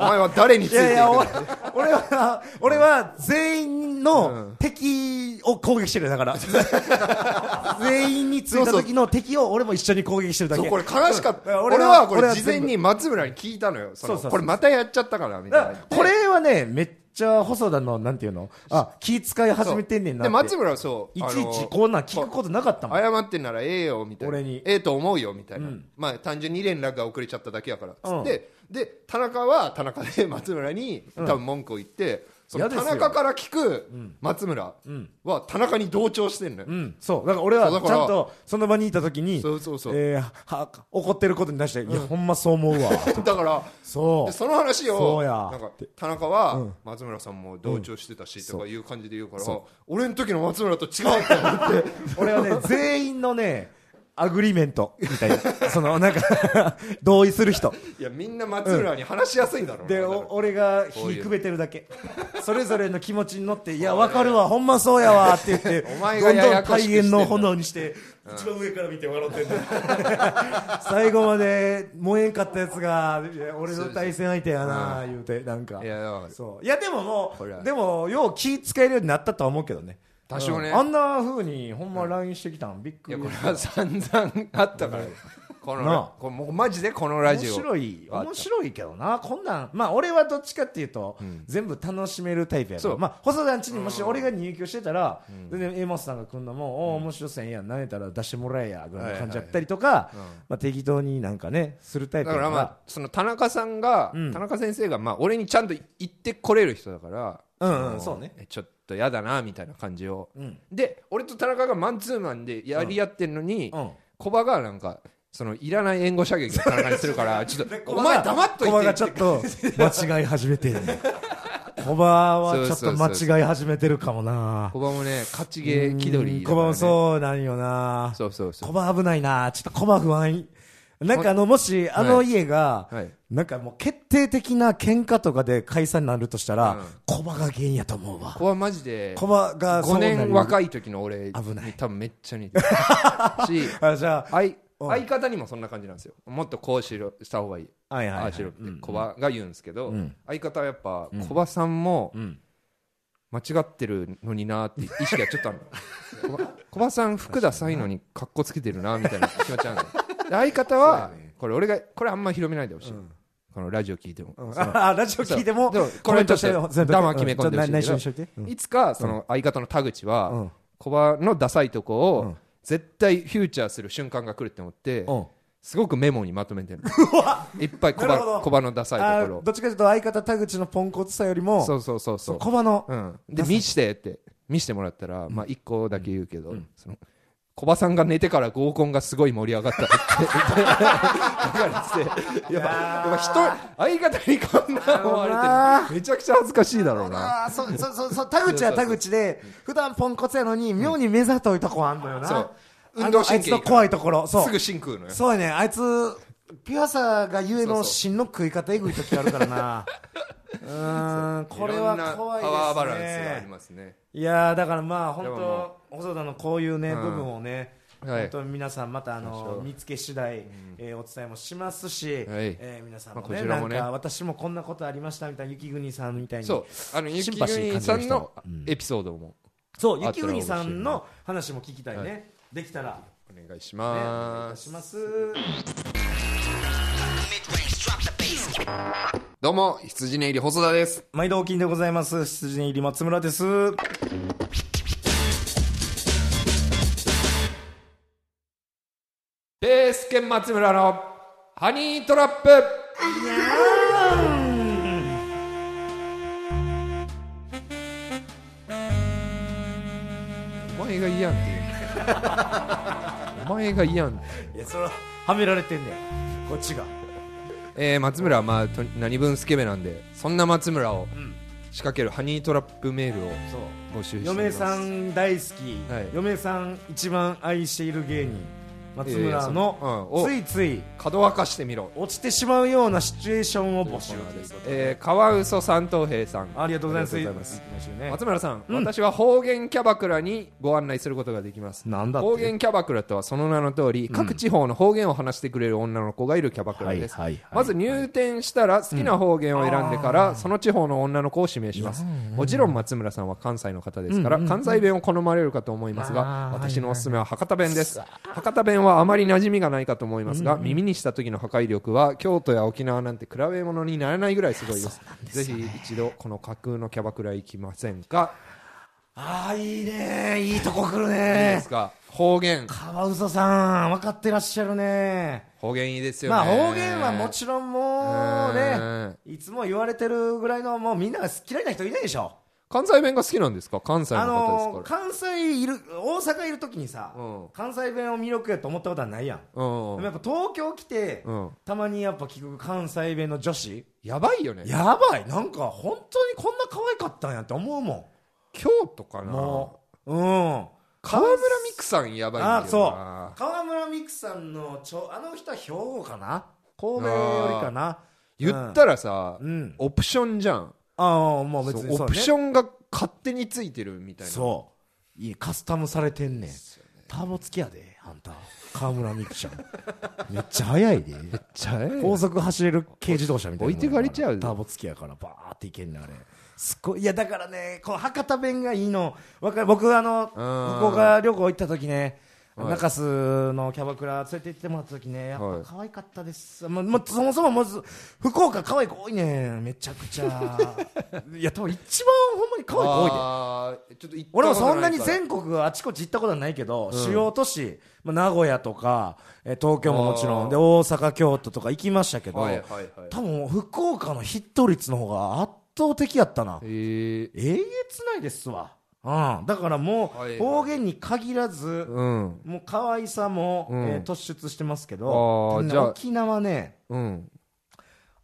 [SPEAKER 1] お前は誰につ
[SPEAKER 2] い
[SPEAKER 1] いてい
[SPEAKER 2] や
[SPEAKER 1] く
[SPEAKER 2] い
[SPEAKER 1] ん
[SPEAKER 2] や
[SPEAKER 1] だ
[SPEAKER 2] お
[SPEAKER 1] い
[SPEAKER 2] 俺は俺は全員
[SPEAKER 1] う
[SPEAKER 2] の
[SPEAKER 1] ん
[SPEAKER 2] 敵を攻撃してるよだから 全員についた時の敵を俺も一緒に攻撃してるだけ
[SPEAKER 1] そうこれ悲しかっ
[SPEAKER 2] うん
[SPEAKER 1] た
[SPEAKER 2] 俺
[SPEAKER 1] 俺
[SPEAKER 2] は
[SPEAKER 1] はこ
[SPEAKER 2] 俺
[SPEAKER 1] れ
[SPEAKER 2] は
[SPEAKER 1] 事前に松村に聞いたのよその
[SPEAKER 2] そうそうそう
[SPEAKER 1] これまたやっちゃったからみたい
[SPEAKER 2] だ
[SPEAKER 1] な
[SPEAKER 2] これはね、めっちゃ細田の、なんていうのあ、気遣い始めてんねんな
[SPEAKER 1] で
[SPEAKER 2] って。
[SPEAKER 1] 松村はそう
[SPEAKER 2] い
[SPEAKER 1] あ
[SPEAKER 2] ちい
[SPEAKER 1] の
[SPEAKER 2] ちこんなん聞くことなかったもん。
[SPEAKER 1] 謝ってんならええよみたいな
[SPEAKER 2] 俺に
[SPEAKER 1] ええと思うよみたいな、
[SPEAKER 2] うん
[SPEAKER 1] まあ単純に連絡が遅れちゃっただけやから
[SPEAKER 2] うん
[SPEAKER 1] でで田中は田中で松村に多分文句を言って、その
[SPEAKER 2] 嫌で
[SPEAKER 1] 田
[SPEAKER 2] すよ
[SPEAKER 1] 中から聞く松村
[SPEAKER 2] ん
[SPEAKER 1] は田中に同調してんのよ、
[SPEAKER 2] うん、そう。だから俺は
[SPEAKER 1] そうだ
[SPEAKER 2] ち
[SPEAKER 1] から
[SPEAKER 2] ゃんとその場にいたときに、
[SPEAKER 1] そうそうそう
[SPEAKER 2] えーは、怒ってることに対して、いや、ほんまそう 思うわ。
[SPEAKER 1] だから
[SPEAKER 2] そ
[SPEAKER 1] で
[SPEAKER 2] う。
[SPEAKER 1] その話
[SPEAKER 2] そ
[SPEAKER 1] を
[SPEAKER 2] うや
[SPEAKER 1] なんか田中は松村さんも同調してたしとかいう感じで言うから、俺の時の松村と違うって思って
[SPEAKER 2] 俺はね、 全員のね、アグリメントみたいな。その、なんか、 同意する人。
[SPEAKER 1] いやみんな松村に話しやすいだろうな
[SPEAKER 2] で、
[SPEAKER 1] だか
[SPEAKER 2] お
[SPEAKER 1] ら
[SPEAKER 2] 俺がひくべてるだけ。それぞれの気持ちに 乗って、いや、わかるわ、ほんまそうやわ、って言って、
[SPEAKER 1] お前がややこしくしてんだ
[SPEAKER 2] どんどん大炎の炎にして、一番上から見て笑ってんだ 最後まで 燃えんかったやつが、いや俺の対戦相手やな、言うて、なんか
[SPEAKER 1] い。やだから
[SPEAKER 2] そう。いや、でもも
[SPEAKER 1] これは
[SPEAKER 2] う、でも、よう気使えるようになったとは思うけどね。
[SPEAKER 1] 多少ね
[SPEAKER 2] うんあんな風に、ほんま LINE してきたん、びっく
[SPEAKER 1] いや
[SPEAKER 2] り
[SPEAKER 1] こ。れは散々あったから、こ
[SPEAKER 2] な
[SPEAKER 1] の
[SPEAKER 2] あ
[SPEAKER 1] これもうマジでこのラジオ
[SPEAKER 2] 面白い面白いけどなこんなんまあ俺はどっちかっていうと、全部楽しめるタイプやか
[SPEAKER 1] そ
[SPEAKER 2] ら
[SPEAKER 1] う
[SPEAKER 2] まあ細田んちにもし俺が入居してたら、全然エモスさんが来んのも、おお面白そうやんやなんやったら出してもらえやぐらいの感じやったりとか、まあ、適当になんかねするタイプ
[SPEAKER 1] だ
[SPEAKER 2] や
[SPEAKER 1] か
[SPEAKER 2] からら
[SPEAKER 1] まあその田中さんが、
[SPEAKER 2] うん
[SPEAKER 1] 田中先生がまあ俺にちゃんと言ってこれる人だから、
[SPEAKER 2] うんうん
[SPEAKER 1] あの
[SPEAKER 2] そうね
[SPEAKER 1] えちょっとやだなみたいな感じを、
[SPEAKER 2] うん
[SPEAKER 1] で俺と田中がマンツーマンでやり合ってんのに、
[SPEAKER 2] うん
[SPEAKER 1] コバがなんかそのいらない援護射撃を田中にするから ちょっとお前黙っとい
[SPEAKER 2] コバ
[SPEAKER 1] て
[SPEAKER 2] がちょっと間違い始 めてるねコバはちょっと間違い始めてるかもな
[SPEAKER 1] コバもね勝ちゲー気取りだか
[SPEAKER 2] コバ
[SPEAKER 1] らね、
[SPEAKER 2] もそうなんよな
[SPEAKER 1] そうそうそう
[SPEAKER 2] コバ危ないなちょっとコバ不安なんかあのもしあの家が、
[SPEAKER 1] はい
[SPEAKER 2] なんかもう決定的な喧嘩とかで解散になるとしたら、
[SPEAKER 1] うん
[SPEAKER 2] コバが原因やと思うわ
[SPEAKER 1] コバマジで
[SPEAKER 2] コバが
[SPEAKER 1] 5年
[SPEAKER 2] い
[SPEAKER 1] 若い時の俺に
[SPEAKER 2] 危ない
[SPEAKER 1] 多分めっちゃ似 てるし
[SPEAKER 2] あじゃ
[SPEAKER 1] 相
[SPEAKER 2] うん
[SPEAKER 1] 相方にもそんな感じなんですよもっとこうしろした方がいい、
[SPEAKER 2] あはいはい、
[SPEAKER 1] あ
[SPEAKER 2] は
[SPEAKER 1] あ
[SPEAKER 2] い
[SPEAKER 1] しろって
[SPEAKER 2] うん
[SPEAKER 1] コバが言うんですけど、
[SPEAKER 2] うん
[SPEAKER 1] 相方はやっぱコバさんも
[SPEAKER 2] うん
[SPEAKER 1] 間違ってるのになーって意識がちょっとあるのコバコバさん服ダサいのに格好つけてるなーみた いな気持ちあるので相方はこれ俺がこれあんま広めないでほしい、このラジオ聞いても、
[SPEAKER 2] うん
[SPEAKER 1] その
[SPEAKER 2] あラジオ聞いても
[SPEAKER 1] そうそうコメントして
[SPEAKER 2] コメント
[SPEAKER 1] ダマ決め込んでほしいけど
[SPEAKER 2] うんちょっと内緒にしといて、うん
[SPEAKER 1] いつかその相方の田口は、
[SPEAKER 2] うん
[SPEAKER 1] コバのダサいとこを
[SPEAKER 2] うん
[SPEAKER 1] 絶対フューチャーする瞬間が来るって思って、
[SPEAKER 2] うん
[SPEAKER 1] すごくメモにまとめて るいっぱいコ
[SPEAKER 2] なるほ
[SPEAKER 1] バ
[SPEAKER 2] ど
[SPEAKER 1] コバのダサい
[SPEAKER 2] あ
[SPEAKER 1] とこ
[SPEAKER 2] どっちかというと相方田口のポンコツさよりも
[SPEAKER 1] ろそうそうそうそう
[SPEAKER 2] コバの、
[SPEAKER 1] うん、で見してって見してもらったら、まあ1個だけ言うけど、その小バさんが寝てから合コンがすごい盛り上がったって言って やっぱやっぱ人相方にこんな思われてるめちゃくちゃ恥ずかしいだろうな
[SPEAKER 2] ああ、そう、そう、そう、そう、田口は田口で、普段ポンコツやのに、妙に目ざといとこあんのよな。
[SPEAKER 1] そう
[SPEAKER 2] あの
[SPEAKER 1] 運動神経いいから
[SPEAKER 2] あいつの怖いところ。そう。
[SPEAKER 1] すぐシンクのよ
[SPEAKER 2] そうやね。あいつ、ピュアさがゆえ
[SPEAKER 1] そうそ
[SPEAKER 2] の
[SPEAKER 1] う
[SPEAKER 2] 芯の食い方えぐい時あるか らなうーんこれ
[SPEAKER 1] ろ
[SPEAKER 2] は怖いですね
[SPEAKER 1] んなパワーバランスがありますね
[SPEAKER 2] いやーだからまあ本
[SPEAKER 1] でもも
[SPEAKER 2] 当細田のこういうね、
[SPEAKER 1] うん
[SPEAKER 2] 部分をね、
[SPEAKER 1] はい
[SPEAKER 2] 本当に皆さんまたあ
[SPEAKER 1] 行きましょ
[SPEAKER 2] の
[SPEAKER 1] う
[SPEAKER 2] 見つけ次第、えーお伝えもしますし、えー皆さんもね,、
[SPEAKER 1] まあこちらもね
[SPEAKER 2] なんか私もこんなことありましたみたいな雪国さんみたいに
[SPEAKER 1] そうあの
[SPEAKER 2] シ
[SPEAKER 1] 雪
[SPEAKER 2] ンパシー
[SPEAKER 1] 国さんの
[SPEAKER 2] 感じる人うん
[SPEAKER 1] エピソードも
[SPEAKER 2] そう
[SPEAKER 1] あった
[SPEAKER 2] 雪
[SPEAKER 1] ら
[SPEAKER 2] 国さんの話も聞きたいね、できたら、ね、
[SPEAKER 1] お願いし
[SPEAKER 2] お
[SPEAKER 1] ま
[SPEAKER 2] 願い
[SPEAKER 1] す
[SPEAKER 2] します
[SPEAKER 1] どうも羊ね入り細田です
[SPEAKER 2] 毎度お金でございます羊入り松村です
[SPEAKER 1] ベース兼松村のハニートラップお前が嫌んって言うのお前が嫌んって
[SPEAKER 2] いやそれははめられてんねこっちが
[SPEAKER 1] えー、松村はまあと何分スケベなんでそんな松村を
[SPEAKER 2] ん
[SPEAKER 1] 仕掛けるハニートラップメールを
[SPEAKER 2] そう
[SPEAKER 1] 募集しています
[SPEAKER 2] 嫁さん大好き、
[SPEAKER 1] はい
[SPEAKER 2] 嫁さん一番愛している芸人松村
[SPEAKER 1] いやいや
[SPEAKER 2] の
[SPEAKER 1] そのうんお
[SPEAKER 2] ついつい
[SPEAKER 1] 角沸かしてみろ
[SPEAKER 2] 落ちてしまうようなシチュエーションを募集ということで、
[SPEAKER 1] えー、川嘘三等兵さん
[SPEAKER 2] ありがとうございます
[SPEAKER 1] ありがとうございます
[SPEAKER 2] 今週ね
[SPEAKER 1] 松村さん、私は方言キャバクラにご案内することができます
[SPEAKER 2] なんだって
[SPEAKER 1] 方言キャバクラとはその名の通り、各地方の方言を話してくれる女の子がいるキャバクラです、
[SPEAKER 2] はいはいはい
[SPEAKER 1] まず入店したら好きな方言を選んでから、その地方の女の子を指名しますもちろん松村さんは関西の方ですから、関西弁を好まれるかと思いますが
[SPEAKER 2] あー
[SPEAKER 1] 私のおすすめは博多弁です、博多弁はあまり馴染みがないかと思いますが、耳にした時の破壊力は京都や沖縄なんて比べ物にならないぐらいすごいですぜひ一度この架空のキャバクラ行きませんか
[SPEAKER 2] ああいいねいいとこ来る
[SPEAKER 1] いいで
[SPEAKER 2] ね
[SPEAKER 1] すか方言
[SPEAKER 2] カワウソさん分かってらっしゃるね
[SPEAKER 1] 方言いいですよね
[SPEAKER 2] まあ方言はもちろんもうね
[SPEAKER 1] ね
[SPEAKER 2] いつも言われてるぐらいのもうみんなが嫌いな人いないでしょ
[SPEAKER 1] 関西弁が好きなんですか関西の
[SPEAKER 2] あ
[SPEAKER 1] 方ですから
[SPEAKER 2] のー、関西いる大阪いる時にさ、
[SPEAKER 1] うん
[SPEAKER 2] 関西弁を魅力やと思ったことはないやん、
[SPEAKER 1] うん
[SPEAKER 2] でもやっぱ東京来て、
[SPEAKER 1] うん
[SPEAKER 2] たまにやっぱ聞く関西弁の女子
[SPEAKER 1] やばいよね
[SPEAKER 2] やばいなんか本当にこんな可愛かったんやって思うも
[SPEAKER 1] 京都か
[SPEAKER 2] ん
[SPEAKER 1] な
[SPEAKER 2] もううん
[SPEAKER 1] 川村美空さんやばいんだよ
[SPEAKER 2] あ
[SPEAKER 1] な
[SPEAKER 2] そう川村美空さんのちょあの人は兵庫かな神戸よりかな
[SPEAKER 1] 言ったらさ、
[SPEAKER 2] うん
[SPEAKER 1] オプションじゃん
[SPEAKER 2] ああもう別
[SPEAKER 1] そう
[SPEAKER 2] にそう、
[SPEAKER 1] オ
[SPEAKER 2] ね、
[SPEAKER 1] プションが勝手についてるみたいな
[SPEAKER 2] そういいカスタムされてんねんターボ付きやであんた川村美空ちゃんめっちゃ速いで
[SPEAKER 1] ちゃえ
[SPEAKER 2] 高速走れる軽自動車みたいなもんやから
[SPEAKER 1] 置いてかれちゃうで
[SPEAKER 2] ターボ付きやからバーっていけんねんあれすごいいやだからねこの博多弁がいいのわかる僕あの
[SPEAKER 1] うん
[SPEAKER 2] 福岡旅行行った時ね
[SPEAKER 1] はい
[SPEAKER 2] 中洲のキャバクラ連れて行ってもらった時ねや
[SPEAKER 1] は
[SPEAKER 2] っ
[SPEAKER 1] い
[SPEAKER 2] ぱ可愛かったです、もうもうそもそもまず福岡可愛い子多いねんめちゃくち ゃいや多分一番ほんまに可愛い子多いで
[SPEAKER 1] あーちょっと行ったこと
[SPEAKER 2] 俺
[SPEAKER 1] い
[SPEAKER 2] もそんなに
[SPEAKER 1] から
[SPEAKER 2] 全国あちこち行ったことはないけど、主要都市、まあ、名古屋とか、えー東京ももちろ
[SPEAKER 1] あー
[SPEAKER 2] んで大阪京都とか行きましたけど、
[SPEAKER 1] はいはいはい
[SPEAKER 2] 多分福岡のヒット率の方が圧倒的やったな
[SPEAKER 1] えー
[SPEAKER 2] えげつないですわ、うん、だからも
[SPEAKER 1] はいうはい
[SPEAKER 2] 方言に限らず、
[SPEAKER 1] うん
[SPEAKER 2] もう可愛さも、
[SPEAKER 1] うん
[SPEAKER 2] えー突出してますけど
[SPEAKER 1] あー
[SPEAKER 2] 多分ね
[SPEAKER 1] じゃあ
[SPEAKER 2] 沖縄ね
[SPEAKER 1] うん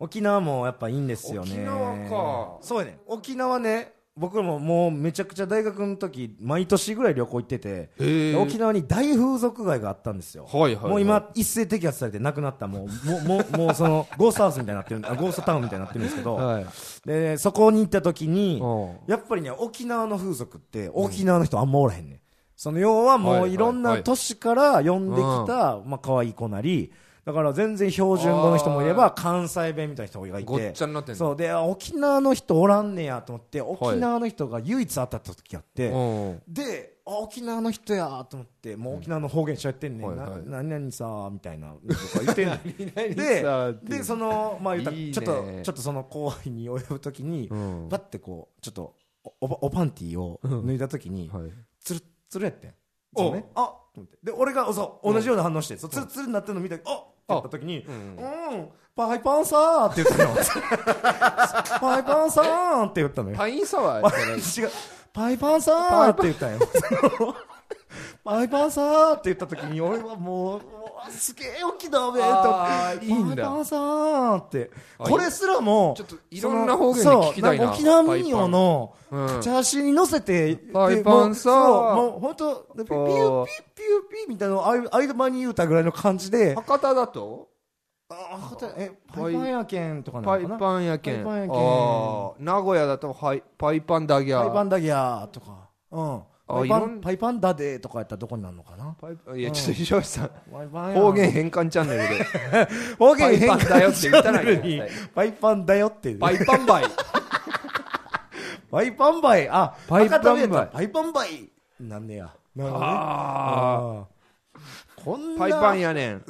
[SPEAKER 2] 沖縄もやっぱいいんですよね
[SPEAKER 1] 沖縄か
[SPEAKER 2] そうやね沖縄ね僕らももうめちゃくちゃ大学の時毎年ぐらい旅行行ってて、
[SPEAKER 1] へー
[SPEAKER 2] 沖縄に大風俗街があったんですよ、
[SPEAKER 1] はいはいはい
[SPEAKER 2] もう今一斉摘発されてなくなったもうもうもうもう そのゴーストハウスみたいになってるあゴーストタウンみたいになってるんですけど、
[SPEAKER 1] はい
[SPEAKER 2] でそこに行った時に
[SPEAKER 1] うん
[SPEAKER 2] やっぱりね沖縄の風俗って沖縄の人あんまおらへんね、んその要は
[SPEAKER 1] はい
[SPEAKER 2] も
[SPEAKER 1] は
[SPEAKER 2] う
[SPEAKER 1] い
[SPEAKER 2] いろんな都市から呼んできた、まあ可愛い子なりだから全然標準語の人もいれば関西弁みたいな人がいて
[SPEAKER 1] ごっちゃになってんの
[SPEAKER 2] そうであ沖縄の人おらんねやと思って沖縄の人が唯一当たった時あって、
[SPEAKER 1] うん
[SPEAKER 2] であ沖縄の人やと思ってもう沖縄の方言しゃってんねん、
[SPEAKER 1] うんはいはい
[SPEAKER 2] な何々さーみたいなとか言ってんねん
[SPEAKER 1] 何々さーっ
[SPEAKER 2] で
[SPEAKER 1] て
[SPEAKER 2] でそのまあ言ったら
[SPEAKER 1] いいね
[SPEAKER 2] ちょっとちょっとその後輩に及ぶ時に、
[SPEAKER 1] うん
[SPEAKER 2] パッてこうちょっとおおばおパンティーを脱いだ時に、
[SPEAKER 1] はい
[SPEAKER 2] つるっつるやってん
[SPEAKER 1] お
[SPEAKER 2] そうねあと思ってで俺がそう同じような反応して、そうつるつるになってるの見てあっって言った時に「うん、パイパンさー」って言った のパイパンさーんって言ったのよ
[SPEAKER 1] パインサワーやった ら
[SPEAKER 2] 違うパイパンさーって言ったよ パイパンさーって言った時に俺はもううわすげえ沖縄弁
[SPEAKER 1] あ
[SPEAKER 2] と
[SPEAKER 1] ーいいんだ
[SPEAKER 2] パイパンさーって
[SPEAKER 1] あ
[SPEAKER 2] これすらも
[SPEAKER 1] ちょっといろんな方言で
[SPEAKER 2] その
[SPEAKER 1] 聞きたいな
[SPEAKER 2] そう沖縄民謡の
[SPEAKER 1] パイパンうん
[SPEAKER 2] チャーシーに乗せて
[SPEAKER 1] パイパンさー
[SPEAKER 2] そうもう本当ピュピュピュピュピュみたいなのをあい間に言うたぐらいの感じで
[SPEAKER 1] 博多だと
[SPEAKER 2] あホテルえパイパンやけんとかな
[SPEAKER 1] パ
[SPEAKER 2] の
[SPEAKER 1] イ
[SPEAKER 2] かな
[SPEAKER 1] パンやけ
[SPEAKER 2] パイ
[SPEAKER 1] ん。
[SPEAKER 2] パンやけん
[SPEAKER 1] ああ、名古屋だとはいパイパンダギャ
[SPEAKER 2] パイパ
[SPEAKER 1] ー。
[SPEAKER 2] ンだぎゃーとかうんパイ
[SPEAKER 1] い
[SPEAKER 2] パ
[SPEAKER 1] ろん
[SPEAKER 2] ンパイパンだでーとかやったらどこになるのかな
[SPEAKER 1] パイパンいや、ちょっと石橋さん、
[SPEAKER 2] パイパンやん
[SPEAKER 1] 方言変換チャンネルで、
[SPEAKER 2] 方
[SPEAKER 1] パ
[SPEAKER 2] 言
[SPEAKER 1] イ
[SPEAKER 2] 変
[SPEAKER 1] パン
[SPEAKER 2] 換
[SPEAKER 1] だよって言ったらいいよ
[SPEAKER 2] チャンネルに
[SPEAKER 1] 絶
[SPEAKER 2] パイパンだよって
[SPEAKER 1] パイパンバイ。
[SPEAKER 2] パイパンバイあ
[SPEAKER 1] パイパンバイ
[SPEAKER 2] 博多弁やったらパイパンバイなんねやなるほどね
[SPEAKER 1] ああ、
[SPEAKER 2] あーこんな
[SPEAKER 1] パイパンやねん。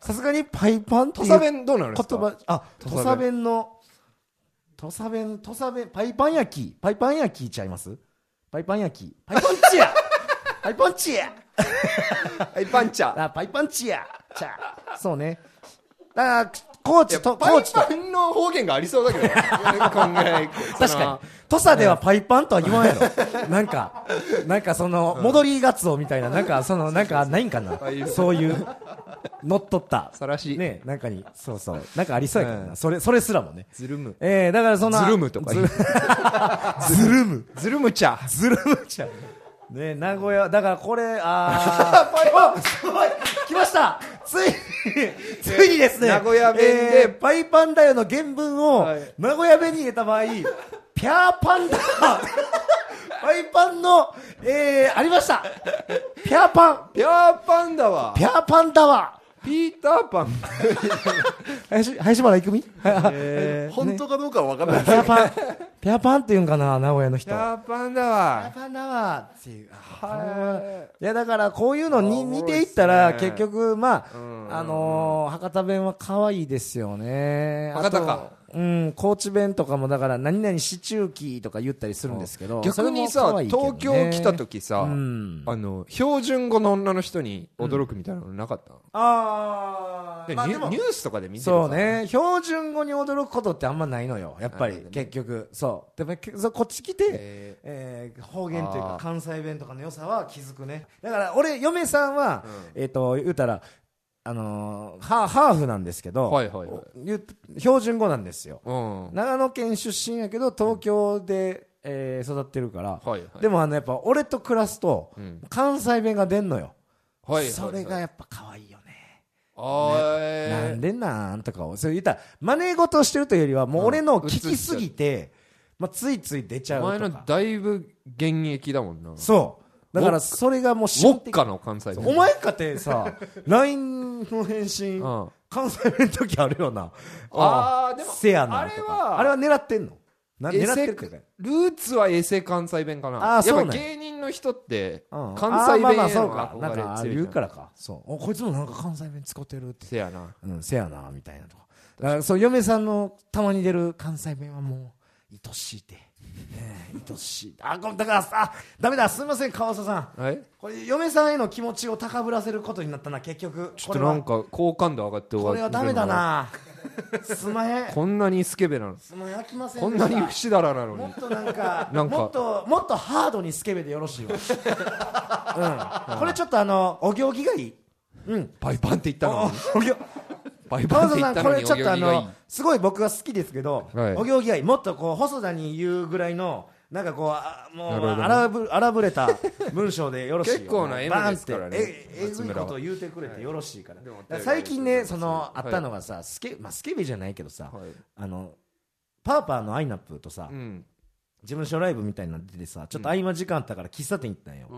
[SPEAKER 2] さすがにパイパンって
[SPEAKER 1] 土
[SPEAKER 2] いう
[SPEAKER 1] 佐
[SPEAKER 2] 言
[SPEAKER 1] 弁どうなるんですか
[SPEAKER 2] 葉あ
[SPEAKER 1] 土佐
[SPEAKER 2] 土
[SPEAKER 1] 弁
[SPEAKER 2] 佐弁の土佐弁土佐弁パイパン焼きパイパン焼きちゃいますパイパン焼きパイパン チやパイパンチや
[SPEAKER 1] パイパンチャ。
[SPEAKER 2] あパイパンチやちゃそうねだから高
[SPEAKER 1] いや
[SPEAKER 2] 知と
[SPEAKER 1] パ
[SPEAKER 2] 高
[SPEAKER 1] イ
[SPEAKER 2] 知と
[SPEAKER 1] パンの方言がありそうだけ どね、考え、
[SPEAKER 2] 確かに土佐ではパイパンとは言 わんやろなんかなんかその戻りガツオみたいななんかそのなんかないんかな
[SPEAKER 1] あいいよ
[SPEAKER 2] そういう乗っ取った
[SPEAKER 1] に。さらし、
[SPEAKER 2] ねなんかにそうそうなんかありそうやけど
[SPEAKER 1] う
[SPEAKER 2] なそれそれすらもね
[SPEAKER 1] ズルム。
[SPEAKER 2] えー、だからそんな
[SPEAKER 1] ズルムとか
[SPEAKER 2] ズ
[SPEAKER 1] 言う。
[SPEAKER 2] ズルム
[SPEAKER 1] ズルムチャ。
[SPEAKER 2] ズルムちゃんね名古屋だからこれあ
[SPEAKER 1] あパイパン
[SPEAKER 2] ーおい来ましたついについにですね
[SPEAKER 1] 名古屋弁で
[SPEAKER 2] えーパイパンだよの原文を
[SPEAKER 1] はい
[SPEAKER 2] 名古屋弁に入れた場合、ピャーパンだパイパンのえー、ありましたピャーパン
[SPEAKER 1] ピャーパンダは
[SPEAKER 2] ピ、ャーパンだわ
[SPEAKER 1] ピーターパン。
[SPEAKER 2] 林林原郁美、
[SPEAKER 3] 本当かどうかは分からない
[SPEAKER 2] ピャーパンピャーパンって言うんかな名古屋の
[SPEAKER 1] ピ
[SPEAKER 2] 人
[SPEAKER 1] ャーパンダ
[SPEAKER 2] パ
[SPEAKER 1] は、
[SPEAKER 2] パだわっていう。
[SPEAKER 1] はい
[SPEAKER 2] やだからこういうのに
[SPEAKER 1] あー
[SPEAKER 2] 似ていったら、
[SPEAKER 1] おもろいっすね
[SPEAKER 2] 結局まあ、
[SPEAKER 1] うん
[SPEAKER 2] あのー博多弁は可愛いですよね。
[SPEAKER 1] 博多か
[SPEAKER 2] あと。うん、高知弁とかもだから何々市中期とか言ったりするんですけど。
[SPEAKER 1] い。
[SPEAKER 2] そ
[SPEAKER 1] 逆
[SPEAKER 2] れも
[SPEAKER 1] にさ
[SPEAKER 2] 可、愛いけどね
[SPEAKER 1] 東京来た。時さ、
[SPEAKER 2] うん。
[SPEAKER 1] あの、標準語の女の人に驚くみたいなのなかった、
[SPEAKER 2] あ
[SPEAKER 1] でニュニュースとかで見てる
[SPEAKER 2] そう
[SPEAKER 1] さ。
[SPEAKER 2] ね標準語に驚くことってあんまないのよやっぱり、
[SPEAKER 1] なるほどね
[SPEAKER 2] 結局そうでもけそうこっち来て、
[SPEAKER 1] へ
[SPEAKER 2] えー方言というか
[SPEAKER 1] あー
[SPEAKER 2] 関西弁とかの良さは気づくねだから俺嫁さんは、えっ、と言うたらあのーハーハーフなんですけど、
[SPEAKER 1] はいはいはい
[SPEAKER 2] 言う標準語なんですよ
[SPEAKER 1] うん。はい
[SPEAKER 2] 長野県出身やけど東京で、えー育ってるから、
[SPEAKER 1] はい。
[SPEAKER 2] でもあのやっぱ俺と暮らすと、
[SPEAKER 1] うん
[SPEAKER 2] 関西弁が出んのよ、
[SPEAKER 1] はいはいはい
[SPEAKER 2] それがやっぱ可愛いよね
[SPEAKER 1] あー
[SPEAKER 2] な
[SPEAKER 1] え
[SPEAKER 2] んでなんとかを、それ言ったら、真似事をしてるというよりは、もう俺のを聞きすぎて、まあ、ついつい出ちゃ
[SPEAKER 1] ー、お前
[SPEAKER 2] うと
[SPEAKER 1] の
[SPEAKER 2] か。
[SPEAKER 1] だいぶ現役だもんな。ウ
[SPEAKER 2] そう。だから、それがもう
[SPEAKER 1] ォ
[SPEAKER 2] 神
[SPEAKER 1] ッ
[SPEAKER 2] 的
[SPEAKER 1] カの関西弁。
[SPEAKER 2] お前かて さ、LINE の返信、
[SPEAKER 1] うん
[SPEAKER 2] 関西弁の時あるよな。
[SPEAKER 1] あーでも
[SPEAKER 2] せやな
[SPEAKER 1] あ
[SPEAKER 2] とか
[SPEAKER 1] れは
[SPEAKER 2] あれは狙ってんのな
[SPEAKER 1] エ
[SPEAKER 2] 狙って
[SPEAKER 1] セ
[SPEAKER 2] るってか。
[SPEAKER 1] ルーツは衛生関西弁かな
[SPEAKER 2] あーそうな
[SPEAKER 1] や
[SPEAKER 2] ん
[SPEAKER 1] っ
[SPEAKER 2] や
[SPEAKER 1] ぱ芸人の人って
[SPEAKER 2] うん
[SPEAKER 1] 関西弁
[SPEAKER 2] あーまあまあ
[SPEAKER 1] へ
[SPEAKER 2] そう
[SPEAKER 1] の
[SPEAKER 2] か。なん
[SPEAKER 1] 憧、
[SPEAKER 2] か
[SPEAKER 1] れ強
[SPEAKER 2] 言
[SPEAKER 1] いうじ
[SPEAKER 2] か
[SPEAKER 1] ゃん
[SPEAKER 2] らか。そう。おこいつもなんか関西弁使ってるって。
[SPEAKER 1] せやな
[SPEAKER 2] うん、せやな、みたいなとか。だから、そう、嫁さんのたまに出る関西弁はもう、愛しいて。ええ愛しい。あ、ごめんだからさ、ダメだ、すみません、川瀬さん。
[SPEAKER 1] え
[SPEAKER 2] これ、嫁さんへの気持ちを高ぶらせることになったな、結局。
[SPEAKER 1] ちょっとなんか好感度上がって終わ
[SPEAKER 2] こ
[SPEAKER 1] っ
[SPEAKER 2] れ
[SPEAKER 1] て
[SPEAKER 2] はダメだな。すまへん。
[SPEAKER 1] こんなにスケベなの
[SPEAKER 2] すまへん、飽きません
[SPEAKER 1] こん
[SPEAKER 2] でし
[SPEAKER 1] な
[SPEAKER 2] た。
[SPEAKER 1] に不死だらなの
[SPEAKER 2] も
[SPEAKER 1] に
[SPEAKER 2] っとなんか、
[SPEAKER 1] なんか
[SPEAKER 2] もっと、もっとハードにスケベでよろしいわ。うん。これちょっとあの、お行儀がいい。うん。
[SPEAKER 1] バイパンって言ったのに
[SPEAKER 2] お行
[SPEAKER 1] バイパン
[SPEAKER 2] 細
[SPEAKER 1] って
[SPEAKER 2] 田
[SPEAKER 1] 言
[SPEAKER 2] さ
[SPEAKER 1] っ
[SPEAKER 2] ん、
[SPEAKER 1] た
[SPEAKER 2] こ
[SPEAKER 1] の
[SPEAKER 2] れ
[SPEAKER 1] に
[SPEAKER 2] ちょっとあ
[SPEAKER 1] お行儀がいい
[SPEAKER 2] の、すごい僕は好きですけど、
[SPEAKER 1] はい
[SPEAKER 2] お行儀がいい。もっとこう、細田に言うぐらいの、なんかこう、あもう、
[SPEAKER 1] なるほどね
[SPEAKER 2] 荒ぶ荒ぶれた文章でよろしいよ。
[SPEAKER 1] 結構な M
[SPEAKER 2] バーン
[SPEAKER 1] ですからね
[SPEAKER 2] ってええぐ
[SPEAKER 1] 松
[SPEAKER 2] い
[SPEAKER 1] 村
[SPEAKER 2] こ
[SPEAKER 1] は
[SPEAKER 2] とを言うてくれてよろしいから。
[SPEAKER 1] でも
[SPEAKER 2] だから最近ね、その、あ
[SPEAKER 1] はい
[SPEAKER 2] ったのがさ、スケ、まあ、スケベじゃないけどさ、
[SPEAKER 1] はい
[SPEAKER 2] あの、パーパーのアイナップとさ
[SPEAKER 1] う、ん
[SPEAKER 2] 事務所ライブみたいなの出てさ、ちょっと合間時間あったから喫茶店行ったんよ。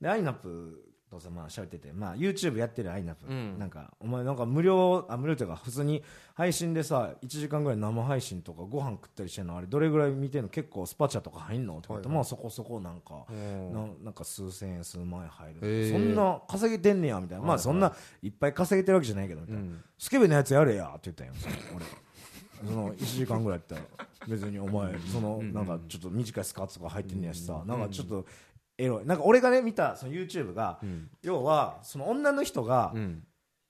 [SPEAKER 2] で、アイナップとさ、まあ喋ってて、まあ YouTube やってるアイナップ。
[SPEAKER 1] うん
[SPEAKER 2] なんか、お前なんか無料、あ、無料というか普通に配信でさ、1時間ぐらい生配信とかご飯食ったりしてんの、あれどれぐらい見てんの結構スパチャとか入んのって言って、まあそこそこなんか、ななんか数千円数万円入
[SPEAKER 1] へ
[SPEAKER 2] る。
[SPEAKER 1] え
[SPEAKER 2] そんな稼げてんねや、みたいな。まあそんないっぱい稼げてるわけじゃないけど、みたいな。スケベのやつやれや、って言ったんよ、俺。その1時間ぐらいやったら別にお前そのなんかちょっと短いスカートとか入ってんねやしさなんかちょっとエロいなんか俺がね見たその YouTube が要はその女の人が
[SPEAKER 1] うん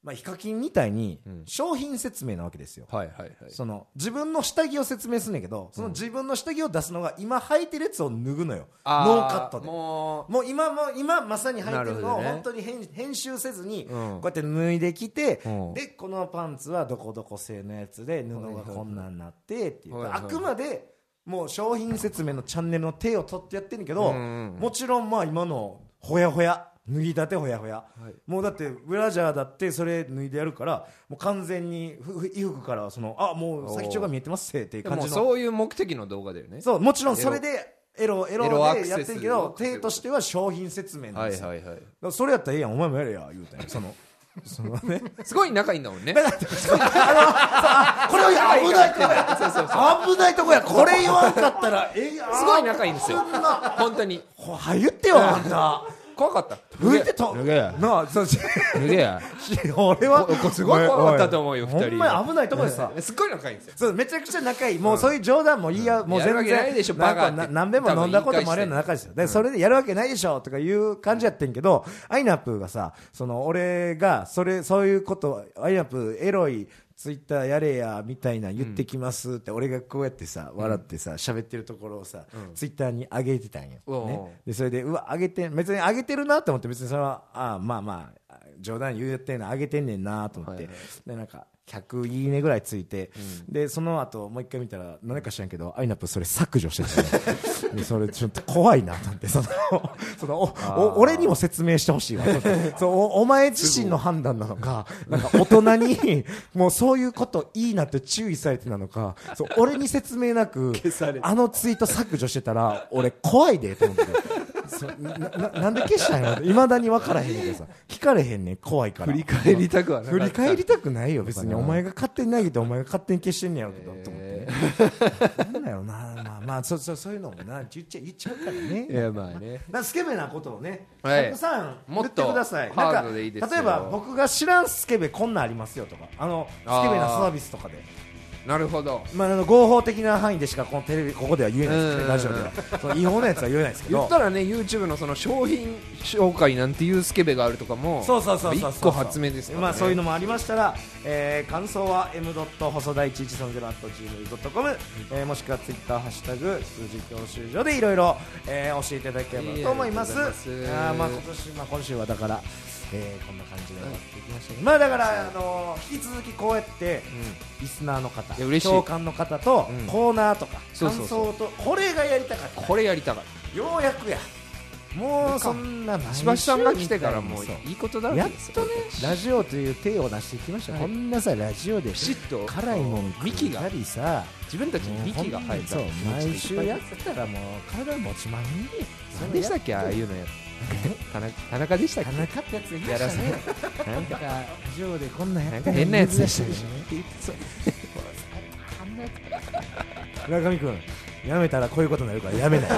[SPEAKER 2] まあヒカキンみたいに
[SPEAKER 1] ん
[SPEAKER 2] 商品説明なわけですよ
[SPEAKER 1] はいはいはい
[SPEAKER 2] その自分の下着を説明すんねんけどその自分の下着を出すのが今履いてるやつを脱ぐのよ
[SPEAKER 1] あ
[SPEAKER 2] ノーカットで
[SPEAKER 1] も
[SPEAKER 2] もう今も今まさに履いてる
[SPEAKER 1] なるほ
[SPEAKER 2] のを
[SPEAKER 1] どね
[SPEAKER 2] 本当に編編集せずに
[SPEAKER 1] ん
[SPEAKER 2] こうやって脱いできて、
[SPEAKER 1] うん
[SPEAKER 2] でこのパンツはどこどこ製のやつで布がこんなんなってっていう、
[SPEAKER 1] はいはいはい
[SPEAKER 2] あくまでもう商品説明のチャンネルの手を取ってやってんけど、
[SPEAKER 1] うんうん
[SPEAKER 2] もちろんまあ今のほやほや脱ぎたてほやほや、
[SPEAKER 1] はい
[SPEAKER 2] もうだってブラジャーだってそれ脱いでやるからもう完全にふふ衣服からはそのあもう先っちょが見えてますせっていう
[SPEAKER 1] で
[SPEAKER 2] 感
[SPEAKER 1] も
[SPEAKER 2] じの
[SPEAKER 1] そういう目的の動画だよね
[SPEAKER 2] そうもちろんそれでエロエロ
[SPEAKER 1] エロアク
[SPEAKER 2] で
[SPEAKER 1] セス
[SPEAKER 2] やってるけど
[SPEAKER 1] を稼ぐ
[SPEAKER 2] 手としては商品説明なん
[SPEAKER 1] は
[SPEAKER 2] で
[SPEAKER 1] い
[SPEAKER 2] すよ、
[SPEAKER 1] はいはい
[SPEAKER 2] だからそれやったらええやんお前もやれや言うたんや そのそのね
[SPEAKER 1] すごい仲いいんだも んね
[SPEAKER 2] これは危ないとこや危ないとこやこれ言わんかったらええやん
[SPEAKER 1] すごい仲いいんですよ本当に
[SPEAKER 2] ほは言ってよあんた
[SPEAKER 1] 怖かった
[SPEAKER 2] 拭いてと
[SPEAKER 1] 脱げや
[SPEAKER 2] なあそうし
[SPEAKER 1] 脱げや
[SPEAKER 2] 俺は
[SPEAKER 1] お おすごい怖かったと思うよ
[SPEAKER 2] おいおい
[SPEAKER 1] 二人
[SPEAKER 2] ほんまに危ないとこでさ
[SPEAKER 1] すっごい仲いいんですよ
[SPEAKER 2] そうめちゃくちゃ仲いいもうそういう冗談も言い合う、もう全
[SPEAKER 1] やるわけない
[SPEAKER 2] 然
[SPEAKER 1] でしょ
[SPEAKER 2] な
[SPEAKER 1] バカ
[SPEAKER 2] んか
[SPEAKER 1] って
[SPEAKER 2] な何べも飲んだこともあるような仲ですよで、それでやるわけないでしょとかいう感じやってんけど、アイナップがさその俺がそれそういうことアイナップエロいツイッターやれやみたいな言ってきますって、俺がこうやってさ笑ってさ喋ってるところをさ、ツイッターに上げてたんよ、
[SPEAKER 1] おう
[SPEAKER 2] ね、でそれでうわ上げて別に上げてるなと思って別にそれはあまあまあ冗談言うてんの上げてんねんなと思って、
[SPEAKER 1] はいはい
[SPEAKER 2] でなんか100いいねぐらいついて、でその後もう一回見たら何か知らんけどアイナップそれ削除して てでそれちょっと怖いなと思ってそのそのおお俺にも説明してほ しいわそうおお前自身の判断なのかなんか大人にもうそういうこといいなって注意されてなのかそう俺に説明なく
[SPEAKER 1] 消されて
[SPEAKER 2] あのツイート削除してたら俺怖いでと思って。そうなななんで消したんやろいまだに分からへんねんけどさ聞かれへんねん怖いから
[SPEAKER 1] 振り返りたくはなかっ
[SPEAKER 2] 振
[SPEAKER 1] た
[SPEAKER 2] り返りたくないよ別に
[SPEAKER 1] な
[SPEAKER 2] お前が勝手に投げてお前が勝手に消してんねやろけどと思っ
[SPEAKER 1] え
[SPEAKER 2] てなんだよなまあまあそそそういうのもな言っちゃ言っちゃうからね
[SPEAKER 1] ーいやまあね
[SPEAKER 2] なスケベなことをね、
[SPEAKER 1] はい
[SPEAKER 2] たくさん言
[SPEAKER 1] も
[SPEAKER 2] っ
[SPEAKER 1] ってと
[SPEAKER 2] ください
[SPEAKER 1] ハード
[SPEAKER 2] なんか
[SPEAKER 1] でいいですよ
[SPEAKER 2] 例えば僕が知らんスケベこんなんありますよとかあのスケベなサービスとかで
[SPEAKER 1] なるほど
[SPEAKER 2] まあ、あの合法的な範囲でしかこのテレビここでは言えないですけ
[SPEAKER 1] う
[SPEAKER 2] ど
[SPEAKER 1] ん
[SPEAKER 2] ラジオではその違法なやつは言えないですけ
[SPEAKER 1] 言
[SPEAKER 2] ど
[SPEAKER 1] ったらね YouTube のその商品紹介なんていうスケベがあるとかも
[SPEAKER 2] そうそうそうそう
[SPEAKER 1] 一個発明ですからね
[SPEAKER 2] まあそういうのもありましたら、えー感想は m ドット細大一一三ゼロアット gmail.com、えー、もしくはツイッターハッシュタグ数字教習所でいろいろえー教えていただければと思います。
[SPEAKER 1] いいえありがとうございます
[SPEAKER 2] あーまあ今年まあ今週はだから。えーこんな感じで終わっていきましたけど、まあだから、あのー引き続きこうやって、リスナーの方
[SPEAKER 1] いや嬉しい
[SPEAKER 2] 共感の方と、
[SPEAKER 1] うん
[SPEAKER 2] コーナーとか
[SPEAKER 1] そう
[SPEAKER 2] 感
[SPEAKER 1] そ
[SPEAKER 2] 想
[SPEAKER 1] うそう
[SPEAKER 2] とこれがやりたかった
[SPEAKER 1] これやりたかっ
[SPEAKER 2] ようやくやもうそんな
[SPEAKER 1] た
[SPEAKER 2] 毎週
[SPEAKER 1] 石橋さんが来てからも
[SPEAKER 2] み
[SPEAKER 1] う
[SPEAKER 2] たいない
[SPEAKER 1] いことだら
[SPEAKER 2] やっ
[SPEAKER 1] けですよ
[SPEAKER 2] とねラジオという手を出してきました、
[SPEAKER 1] はい
[SPEAKER 2] こんなさラジオで
[SPEAKER 1] ピシッと
[SPEAKER 2] 辛いもん食
[SPEAKER 1] 幹
[SPEAKER 2] っ
[SPEAKER 1] が
[SPEAKER 2] たりさ
[SPEAKER 1] 自分たちに幹が生えた
[SPEAKER 2] そう毎週やっ
[SPEAKER 1] つ
[SPEAKER 2] てたらもう体持ちまんねえよ
[SPEAKER 1] 何でしたっけああいうのやつ田中田中でしたっ
[SPEAKER 2] 田
[SPEAKER 1] け
[SPEAKER 2] 中ってやつがいましたねなんかラジオでこんなんや
[SPEAKER 1] な
[SPEAKER 2] っ
[SPEAKER 1] ん
[SPEAKER 2] た
[SPEAKER 1] から変なやつで
[SPEAKER 2] 珍
[SPEAKER 1] した
[SPEAKER 2] い
[SPEAKER 1] ね
[SPEAKER 2] しね村上君やめたらこういうことになるからやめない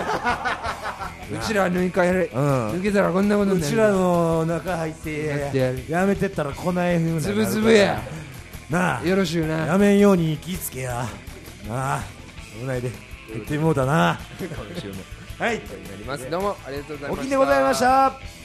[SPEAKER 1] うちら抜いかやれ
[SPEAKER 2] うん
[SPEAKER 1] 抜けたらこんなこと
[SPEAKER 2] う
[SPEAKER 1] にな
[SPEAKER 2] ち
[SPEAKER 1] る
[SPEAKER 2] らの中入っ
[SPEAKER 1] やってや
[SPEAKER 2] て
[SPEAKER 1] る
[SPEAKER 2] やめてったらこないふうになる
[SPEAKER 1] つぶつぶや
[SPEAKER 2] なあ
[SPEAKER 1] よろしゅうな
[SPEAKER 2] やめんように気ぃつけやなあ危ないで言ってもうだな
[SPEAKER 1] 今週も
[SPEAKER 2] はい
[SPEAKER 1] なりますどうもありがとうございました
[SPEAKER 2] おきんでございました